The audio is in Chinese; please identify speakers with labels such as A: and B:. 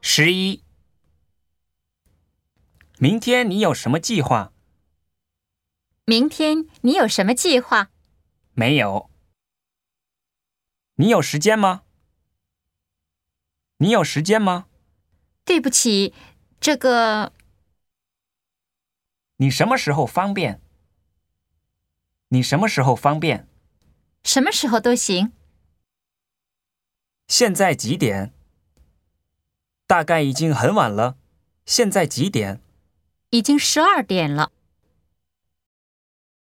A: 十一，明天你有什么计划？
B: 明天你有什么计划？
A: 没有。你有时间吗？你有时间吗？
B: 对不起，这个
A: 你什么时候方便？你什么时候方便？
B: 什么时候都行。
A: 现在几点？大概已经很晚了。现在几点？
B: 已经十二点了，